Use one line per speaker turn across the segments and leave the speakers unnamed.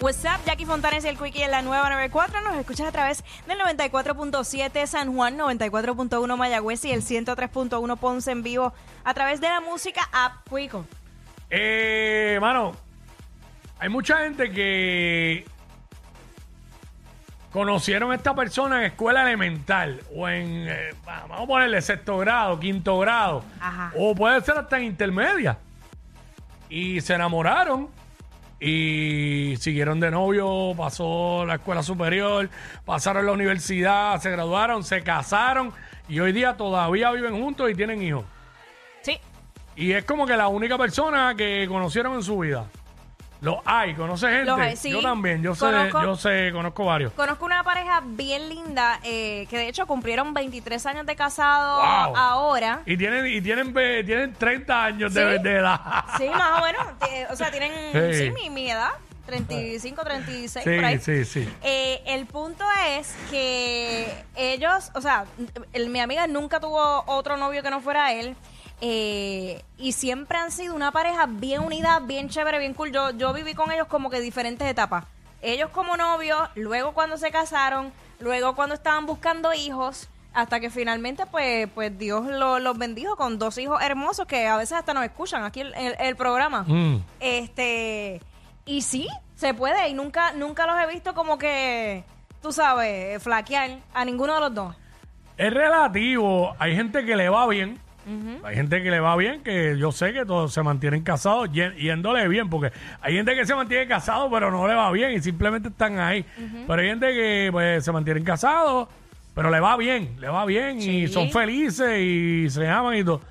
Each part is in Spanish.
What's up, Jackie Fontanes y el Quickie en la nueva 94. Nos escuchas a través del 94.7 San Juan, 94.1 Mayagüez y el 103.1 Ponce en vivo a través de la música App Quico.
Eh, mano, hay mucha gente que conocieron a esta persona en escuela elemental o en, eh, va- vamos a ponerle sexto grado, quinto grado,
Ajá.
o puede ser hasta en intermedia. Y se enamoraron y siguieron de novio, pasó la escuela superior, pasaron la universidad, se graduaron, se casaron y hoy día todavía viven juntos y tienen hijos.
Sí,
Y es como que la única persona que conocieron en su vida. Los hay, conoce gente.
Los hay, sí.
Yo también, yo sé,
Conozco-
yo sé, conozco varios.
Conozco una pareja bien linda eh, que de hecho cumplieron 23 años de casado
Wow.
ahora.
Y tienen, y tienen, ve- tienen 30 años
Sí.
de, de edad.
Sí, más o menos. eh, O sea, tienen
Sí.
sí, mi, mi edad, 35, 36,
Sí,
por ahí.
sí, sí.
Eh, el punto es que ellos, o sea, el- mi amiga nunca tuvo otro novio que no fuera él. eh, y siempre han sido una pareja bien unida, bien chévere, bien cool. Yo, yo viví con ellos como que diferentes etapas. Ellos como novios, luego cuando se casaron, luego cuando estaban buscando hijos, hasta que finalmente pues, pues Dios lo- los bendijo con dos hijos hermosos que a veces hasta nos escuchan aquí en el, el programa.
Mm.
Este, y sí, se puede, y nunca, nunca los he visto como que, tú sabes, flaquear a ninguno de los dos.
Es relativo. Hay gente que le va bien. Hay gente que le va bien, que yo sé que todos se mantienen casados ye- yéndole bien, porque hay gente que se mantiene casado pero no le va bien y simplemente están ahí. Pero hay gente que pues, se mantienen casados, pero le va bien, le va bien y
Sí.
son felices y se aman y todo.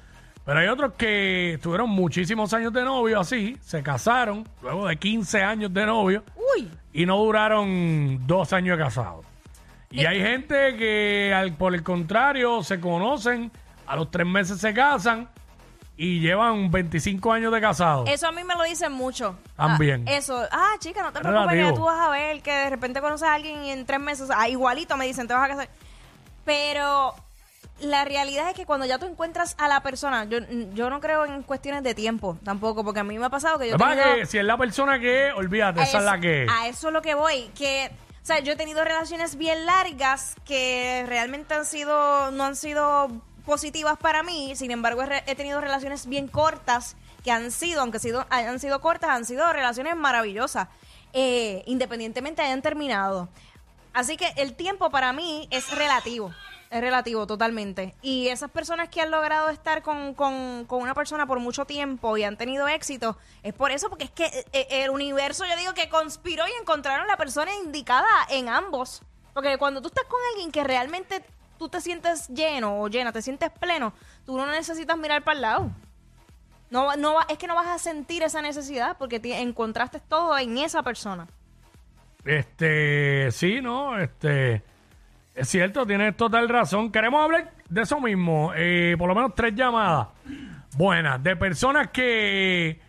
Pero hay otros que tuvieron muchísimos años de novio así, se casaron, luego de 15 años de novio,
Uy,
y no duraron dos años de casados.
Eh.
Y hay gente que, al- por el contrario, se conocen, a los tres meses se casan y llevan 25 años de casados.
eso a mí me lo dicen mucho.
También.
Ah, eso, ah, chica, no te
Es
preocupes, que
relativo.
ya tú vas a ver que de repente conoces a alguien y en tres meses, ah, igualito me dicen, te vas a casar. Pero la realidad es que cuando ya tú encuentras a la persona, yo, yo no creo en cuestiones de tiempo tampoco, porque a mí me ha pasado que yo
Lo que pasa
he tenido-
es que si es la persona que es, olvídate, esa es la que es.
A eso es lo que voy, que o sea, yo he tenido relaciones bien largas que realmente han sido no han sido positivas para mí, sin embargo he, re- he tenido relaciones bien cortas que han sido, aunque sido, hayan sido cortas, han sido relaciones maravillosas, eh, independientemente hayan terminado. Así que el tiempo para mí es relativo. Es relativo, totalmente. Y esas personas que han logrado estar con, con- con una persona por mucho tiempo y han tenido éxito, es por eso, porque es que eh, eh, el universo, yo digo, que conspiró y encontraron la persona indicada en ambos. Porque cuando tú estás con alguien que realmente tú te sientes lleno o llena, te sientes pleno, tú no necesitas mirar para el lado. No, va- no, va- es que no vas a sentir esa necesidad porque te encontraste todo en esa persona.
Este, sí, no, este. Es cierto, tienes total razón. Queremos hablar de eso mismo. eh, por lo menos tres llamadas buenas de personas que.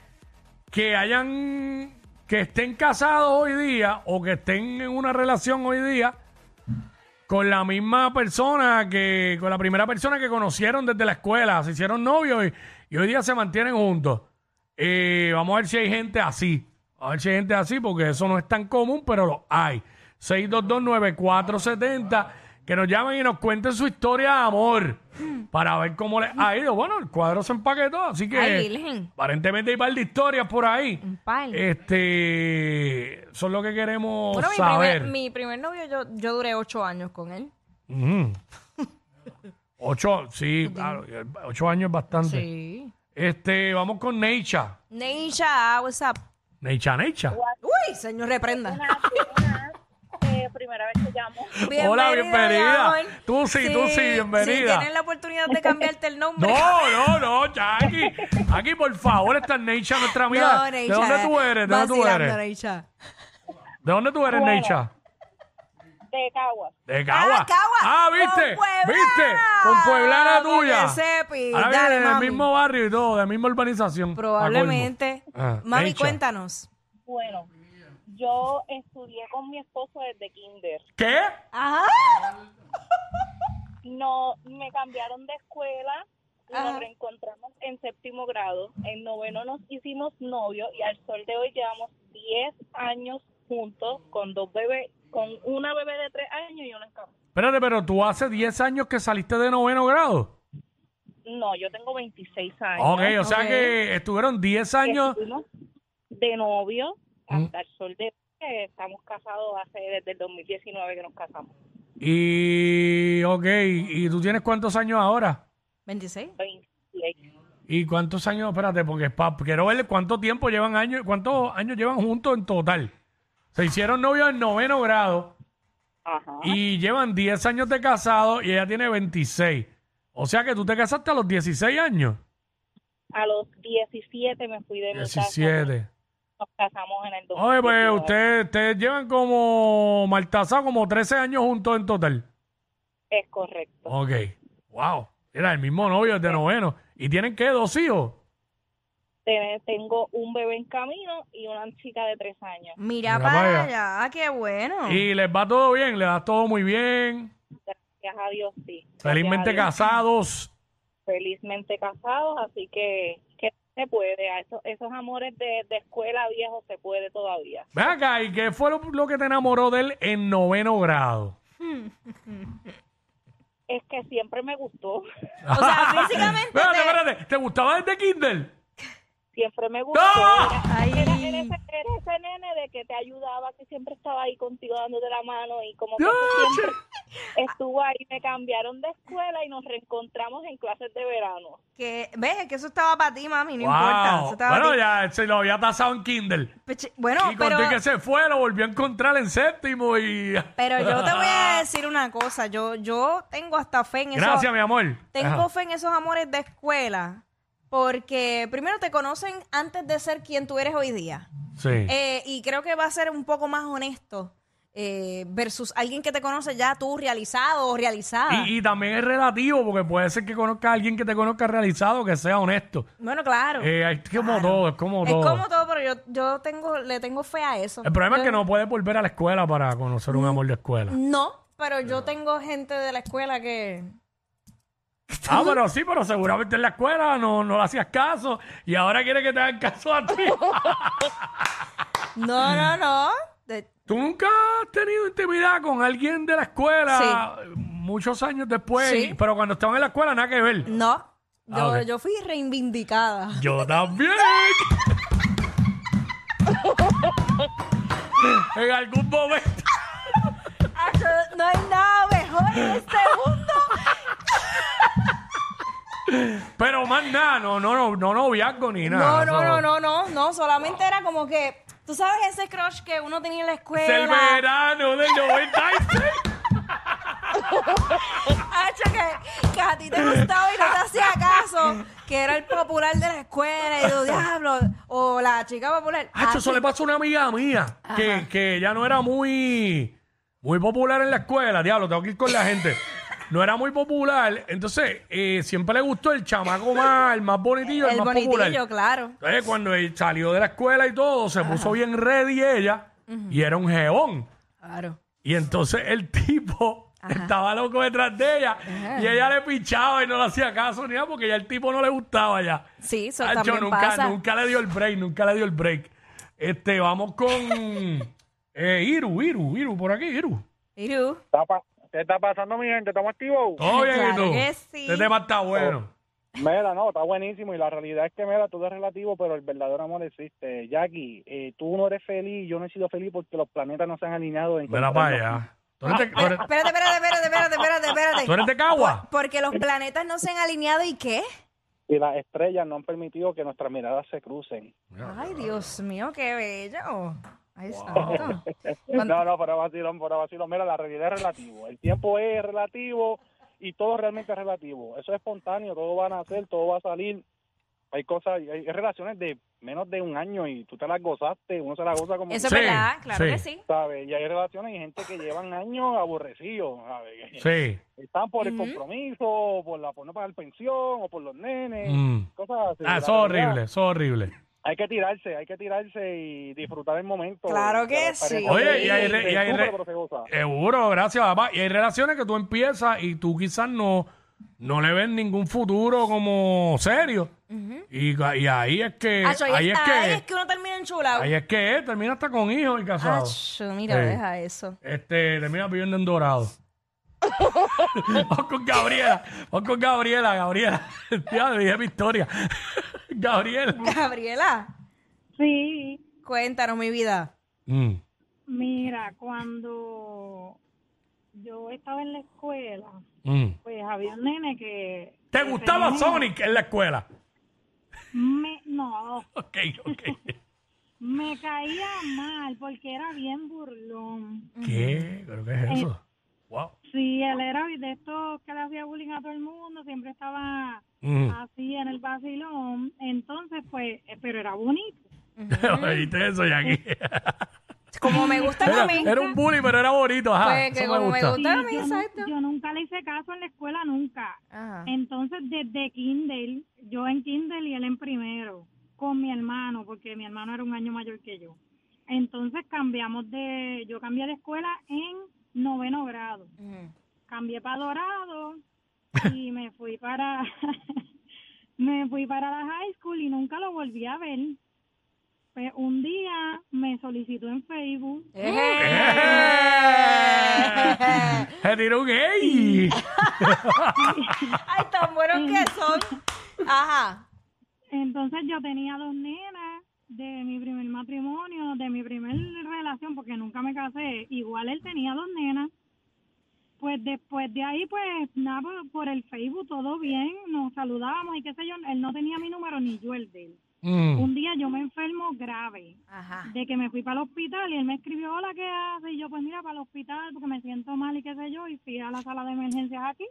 que hayan. que estén casados hoy día o que estén en una relación hoy día con la misma persona que. con la primera persona que conocieron desde la escuela. Se hicieron novios y, y hoy día se mantienen juntos. Eh, vamos a ver si hay gente así. A ver si hay gente así, porque eso no es tan común, pero lo hay. 6229470. Que nos llamen y nos cuenten su historia de amor. Para ver cómo les ha ido. Bueno, el cuadro se empaquetó, así que.
Ay, virgen.
Aparentemente hay par de historias por ahí.
Un par.
Este. Son lo que queremos
Bueno, mi
saber.
primer, mi primer novio, yo, yo duré ocho años con él.
Ujú. Ocho, sí, claro, ocho años es bastante.
Sí.
Este, vamos con Neisha.
Neisha, what's up?
Neisha, Neisha.
Uy, señor, reprenda.
una, una, eh, pri- primera vez que llamo.
Hola, bienvenida.
mi amor.
Tú sí, tú sí, bienvenida.
Si tienes la oportunidad de cambiarte el nombre.
No, no, no, Jackie. Aquí, por favor, está Neisha, nuestra amiga.
No,
¿De
Neisha, eh,
dónde tú eres? ¿De dónde tú
vacilando,
eres? Ah,
Neisha.
¿De dónde tú eres,
Bueno.
Neisha?
De Caguas.
De Cagua.
Ah, Cagua.
Ah, ¿viste?
Con Pueblana.
¿Viste? Con Pueblana
Vamos,
tuya.
que sepi.
Ahora viene
Dale,
del
mami.
mismo barrio y todo, de la misma urbanización.
Probablemente.
Pa' colmo. Ah,
Mami,
Neisha.
cuéntanos.
Bueno, yo estudié con mi esposo desde kinder.
¿Qué?
Ajá.
No, me cambiaron de escuela y
Ajá.
nos reencontramos en séptimo grado. En noveno nos hicimos novios y al sol de hoy llevamos 10 años juntos con dos bebés, con una bebé de 3 años y una en cama.
Espérate, pero tú hace 10 años que saliste de noveno grado.
No, yo tengo 26 años.
Ok, o sea
Ok.
que estuvieron 10
Y
años.
estuvimos de novio
Mm.
hasta el sol de hoy. que Estamos casados hace desde el 2019 que nos casamos.
Y, ok, ¿y tú tienes cuántos años ahora?
26.
26.
¿Y cuántos años? Espérate, porque pa- quiero ver cuánto tiempo llevan años, cuántos años llevan juntos en total. Se hicieron novios en noveno grado
Ajá.
y llevan 10 años de casado y ella tiene 26. O sea que tú te casaste a los 16 años.
A los 17 me fui de mi casa.
17.
Nos casamos en el 2019.
Oye, pues ustedes, ustedes llevan como, Maltasado, como 13 años juntos en total.
Es correcto.
Ok. Wow. Era el mismo novio desde noveno. ¿Y tienen qué? ¿Dos hijos?
Ten- Tengo un bebé en camino y una chica de 3 años.
Mira,
Mira
para
para
allá. Ah, qué bueno.
Y les va todo bien, les va todo muy bien.
Gracias a Dios, sí. Gracias a
Felizmente
Dios.
casados.
Felizmente casados, así que, que se puede. A Esos, esos amores de, de escuela viejo se puede todavía.
Ven acá, ¿y qué fue lo, lo que te enamoró de él en noveno grado?
Es que siempre me gustó.
O sea, físicamente.
Espérate,
te-
espérate, ¿te gustaba desde Kindle?
Siempre me gustó.
¡No!
Era, era-
Ay.
era ese, era ese nene de que te ayudaba, que siempre estaba ahí contigo dándote la mano y como que
¡No!
siempre estuvo ahí. Me cambiaron de escuela y nos reencontramos en clases de verano.
Que, ves, que eso estaba para ti, mami, no
Wow.
importa. Eso estaba
Bueno,
pa' ti.
ya se lo había tasado en Kindle.
Peche- bueno,
y
pero,
conté que se fue, lo volvió a encontrar en séptimo y...
pero yo te voy a decir una cosa. Yo, yo tengo hasta fe en eso.
Gracias, mi amor.
Tengo
Ajá.
fe en esos amores de escuela. Porque primero te conocen antes de ser quien tú eres hoy día.
Sí.
Eh, y creo que va a ser un poco más honesto eh, versus alguien que te conoce ya tú realizado o realizada.
Y, y también es relativo, porque puede ser que conozca a alguien que te conozca realizado, que sea honesto.
bueno, claro.
Eh, es como todo, es como
es
todo.
como todo, pero yo, yo tengo, le tengo fe a eso.
El problema es
Yo-
que no puedes volver a la escuela para conocer un amor de escuela.
No, pero yo tengo gente de la escuela que...
Ah, pero sí, pero seguramente en la escuela no, no le hacías caso y ahora quiere que te hagan caso a ti.
No,
Mm.
no, no. De-
¿Tú nunca has tenido intimidad con alguien de la escuela muchos años después?
Sí.
y- pero cuando estaban en la escuela nada que ver.
no. Yo,
Ah, ok.
yo fui reivindicada.
Yo también. en algún momento.
Acho, Ah, No hay nada mejor en este mundo.
Pero más nada, no, no, no, no noviazgo ni
No,
nada.
no,
eso-
no, no, no, no. Solamente era como que, tú sabes ese crush que uno tenía en la
Es el
escuela.
verano del 96.
Acho, que, que a ti te gustaba y no te hacía caso. Que era el popular de la escuela y yo, diablo. O la chica popular.
Ah, eso le pasó a una amiga mía que, que ya no era muy, muy popular en la escuela. Diablo, tengo que ir con la gente. No era muy popular. Entonces, eh, siempre le gustó el chamaco más, el más bonitillo, el,
el
más
bonitillo,
popular.
claro.
Entonces, cuando él salió de la escuela y todo, se puso bien ready ella y era un geón.
Claro.
Y entonces el tipo estaba loco detrás de ella y ella le pichaba y no le hacía caso ni nada porque ya el tipo no le gustaba ya.
Sí, eso
Acho,
también
Ah, nunca,
pasa.
nunca le dio el break, nunca le dio el break. Este, vamos con eh, Iru, Iru, Iru, por aquí, Iru.
¿Y tú?
Está pa- ¿Qué está pasando, mi gente? ¿Estamos activos?
Todo bien,
Claro
Iru.
que sí.
Este tema está bueno.
Mira, no, está buenísimo. Y la realidad es que, mira, todo es relativo, pero el verdadero amor existe. Jackie, eh, tú no eres feliz, yo no he sido feliz porque los planetas no se han alineado. En
Mira para allá. ¿Tú eres de, tú eres-
Espérate, espérate, espérate, espérate, espérate, espérate.
tú eres de Cagua?
Porque los planetas no se han alineado y qué?
Y las estrellas no han permitido que nuestras miradas se crucen.
Ay, Dios mío, qué bello. Ay,
Ay, santo. Cuando-
No, no, fuera vacilón, fuera vacilón. Mira, la realidad es relativo. El tiempo es relativo y todo realmente es relativo. Eso es espontáneo, todo va a nacer, todo va a salir. Hay cosas, hay, hay relaciones de menos de un año y tú te las gozaste, uno se las goza como...
Eso
Sí,
es verdad, claro
sí.
que sí.
¿Sabes? Y hay relaciones y gente que llevan años aborrecidos, ¿sabes?
Sí.
Están por el compromiso, o por, la, por no pagar pensión, o por los nenes,
Mm.
cosas así.
Ah,
La
eso es
realidad,
horrible, eso es horrible.
Hay que tirarse, hay que tirarse y disfrutar el momento.
Claro que
Pero para
sí.
eso
Oye,
se-
y hay, re- y
se
hay
sufre,
re-
pero se goza.
seguro, gracias, papá. Y hay relaciones que tú empiezas y tú quizás no, no le ves ningún futuro como serio. y, ca- y ahí es que,
Acho,
Eh, ahí es que,
uno termina enchulado.
ahí es que es, termina hasta con hijos y casado.
Acho, mira,
Sí.
deja eso.
Este, termina viviendo en Dorado. Vamos con Gabriela, vamos con Gabriela, Gabriela. Ya le dije mi historia. Gabriela.
Gabriela,
Sí,
cuéntanos mi vida.
Mm,
mira, cuando yo estaba en la escuela,
mm.
pues había un nene que...
¿Te gustaba Sonic en la escuela?
Me, no,
Ok, ok.
me caía mal porque era bien burlón.
¿Qué? ¿Pero qué es eso? Wow.
Sí, él era de estos que le hacía bullying a todo el mundo, siempre estaba
Mm.
así en el vacilón. Entonces, pues, eh, pero era bonito.
¿Oíste eso, Jackie?
Como me gusta
Era,
a mí.
era un bully, pero era bonito. Ajá,
Pues, que
Ah, eso me
como me
gusta.
gusta a mí,
yo, nu-
exacto.
yo nunca le hice caso en la escuela, nunca.
Ajá.
Entonces, desde Kindle, yo en Kindle y él en primero, con mi hermano, porque mi hermano era un año mayor que yo. Entonces cambiamos de, yo cambié de escuela en noveno grado. Cambié para Dorado y me fui para, me fui para la high school y nunca lo volví a ver. Pues un día me solicitó en Facebook
¡Eh! Se tiró un gay.
Ay, tan buenos que son. Ajá.
Entonces yo tenía dos nenas de mi primer matrimonio, de mi primer relación, porque nunca me casé. Igual él tenía dos nenas. Pues después de ahí, pues nada, por, por el Facebook todo bien, nos saludábamos y qué sé yo. Él no tenía mi número ni yo el de él.
Mm.
Un día yo me enfermo grave,
Ajá.
de que me fui para el hospital y él me escribió, hola, ¿qué haces? Y yo, pues mira, para el hospital porque me siento mal y qué sé yo. Y fui a la sala de emergencias aquí.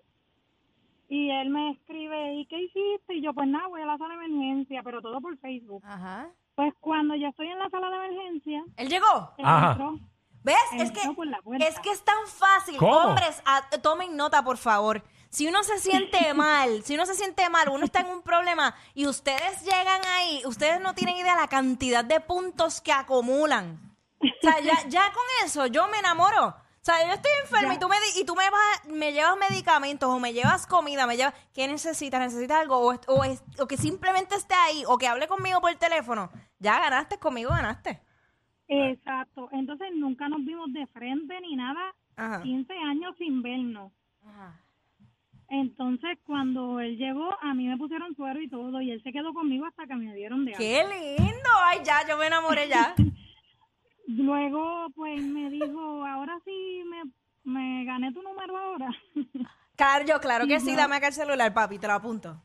Y él me escribe, ¿y qué hiciste? Y yo, pues nada, voy a la sala de emergencia, pero todo por Facebook.
Ajá.
Pues cuando yo estoy en la sala de emergencia,
Él llegó.
él
Ajá.
entró,
¿Ves?
él
Es que,
entró por la puerta.
es que es tan fácil.
¿Cómo?
Hombres, a- tomen nota, por favor. Si uno se siente mal, si uno se siente mal, uno está en un problema y ustedes llegan ahí, ustedes no tienen idea la cantidad de puntos que acumulan. O sea, ya, ya con eso yo me enamoro. O sea, yo estoy enferma y tú, me, di- y tú me, vas, me llevas medicamentos o me llevas comida, me llevas... ¿Qué necesitas? ¿Necesitas algo? O, est- o, es- o que simplemente esté ahí o que hable conmigo por teléfono. Ya ganaste conmigo, ganaste.
Exacto. Entonces nunca nos vimos de frente ni nada,
Ajá.
15 años sin vernos. Entonces cuando él llegó, a mí me pusieron suero y todo, y él se quedó conmigo hasta que me dieron de alta.
¡Qué lindo! Ay, ya, yo me enamoré ya.
Luego, pues me dijo, ahora sí me, me gané tu número ahora.
Claro, yo, claro que sí, dame acá el celular, papi, te lo apunto.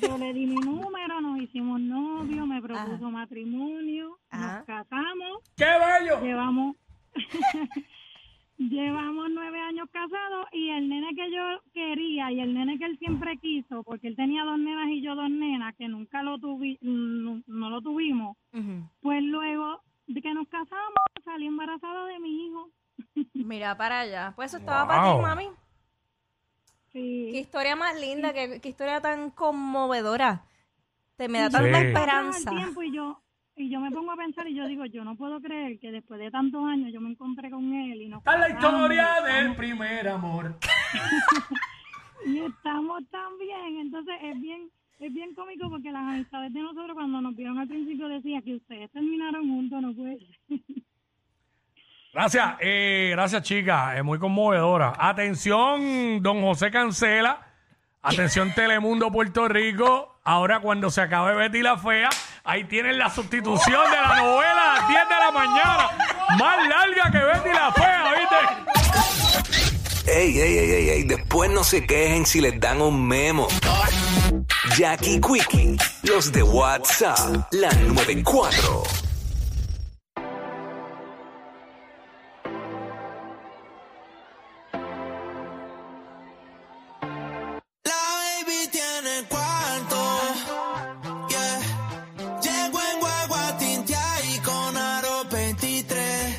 Yo le di mi número, nos hicimos novios, me propuso matrimonio,
Ajá.
nos casamos.
¡Qué bello!
Llevamos llevamos nueve años casados y el nene que yo quería y el nene que él siempre quiso, porque él tenía dos nenas y yo dos nenas, que nunca lo tuvi, no, no lo tuvimos, pues luego de que nos casamos salí embarazada de mi hijo.
Mira para allá. Pues eso estaba para
Wow.
ti, mami. Qué
Sí.
historia más linda, qué, qué historia tan conmovedora. Te me da
Sí.
tanta
Sí.
esperanza.
Pasaba el tiempo y yo y yo me pongo a pensar y yo digo, yo no puedo creer que después de tantos años yo me encontré con él y nos
Esta es la
casamos
historia del primer amor.
Y estamos tan bien, entonces es bien es bien cómico porque las amistades de nosotros cuando nos vieron al principio decían que ustedes terminaron juntos, no puede ser.
Gracias, eh, gracias chica, es muy conmovedora. Atención, don José Cancela. Atención Telemundo Puerto Rico. Ahora cuando se acabe Betty la Fea, ahí tienen la sustitución de la novela a las 10 de la mañana. Más larga que Betty la Fea, ¿viste?
Ey, ey, ey, ey, ey, después no se quejen si les dan un memo. Jackie Quickie, los de WhatsApp, la 94.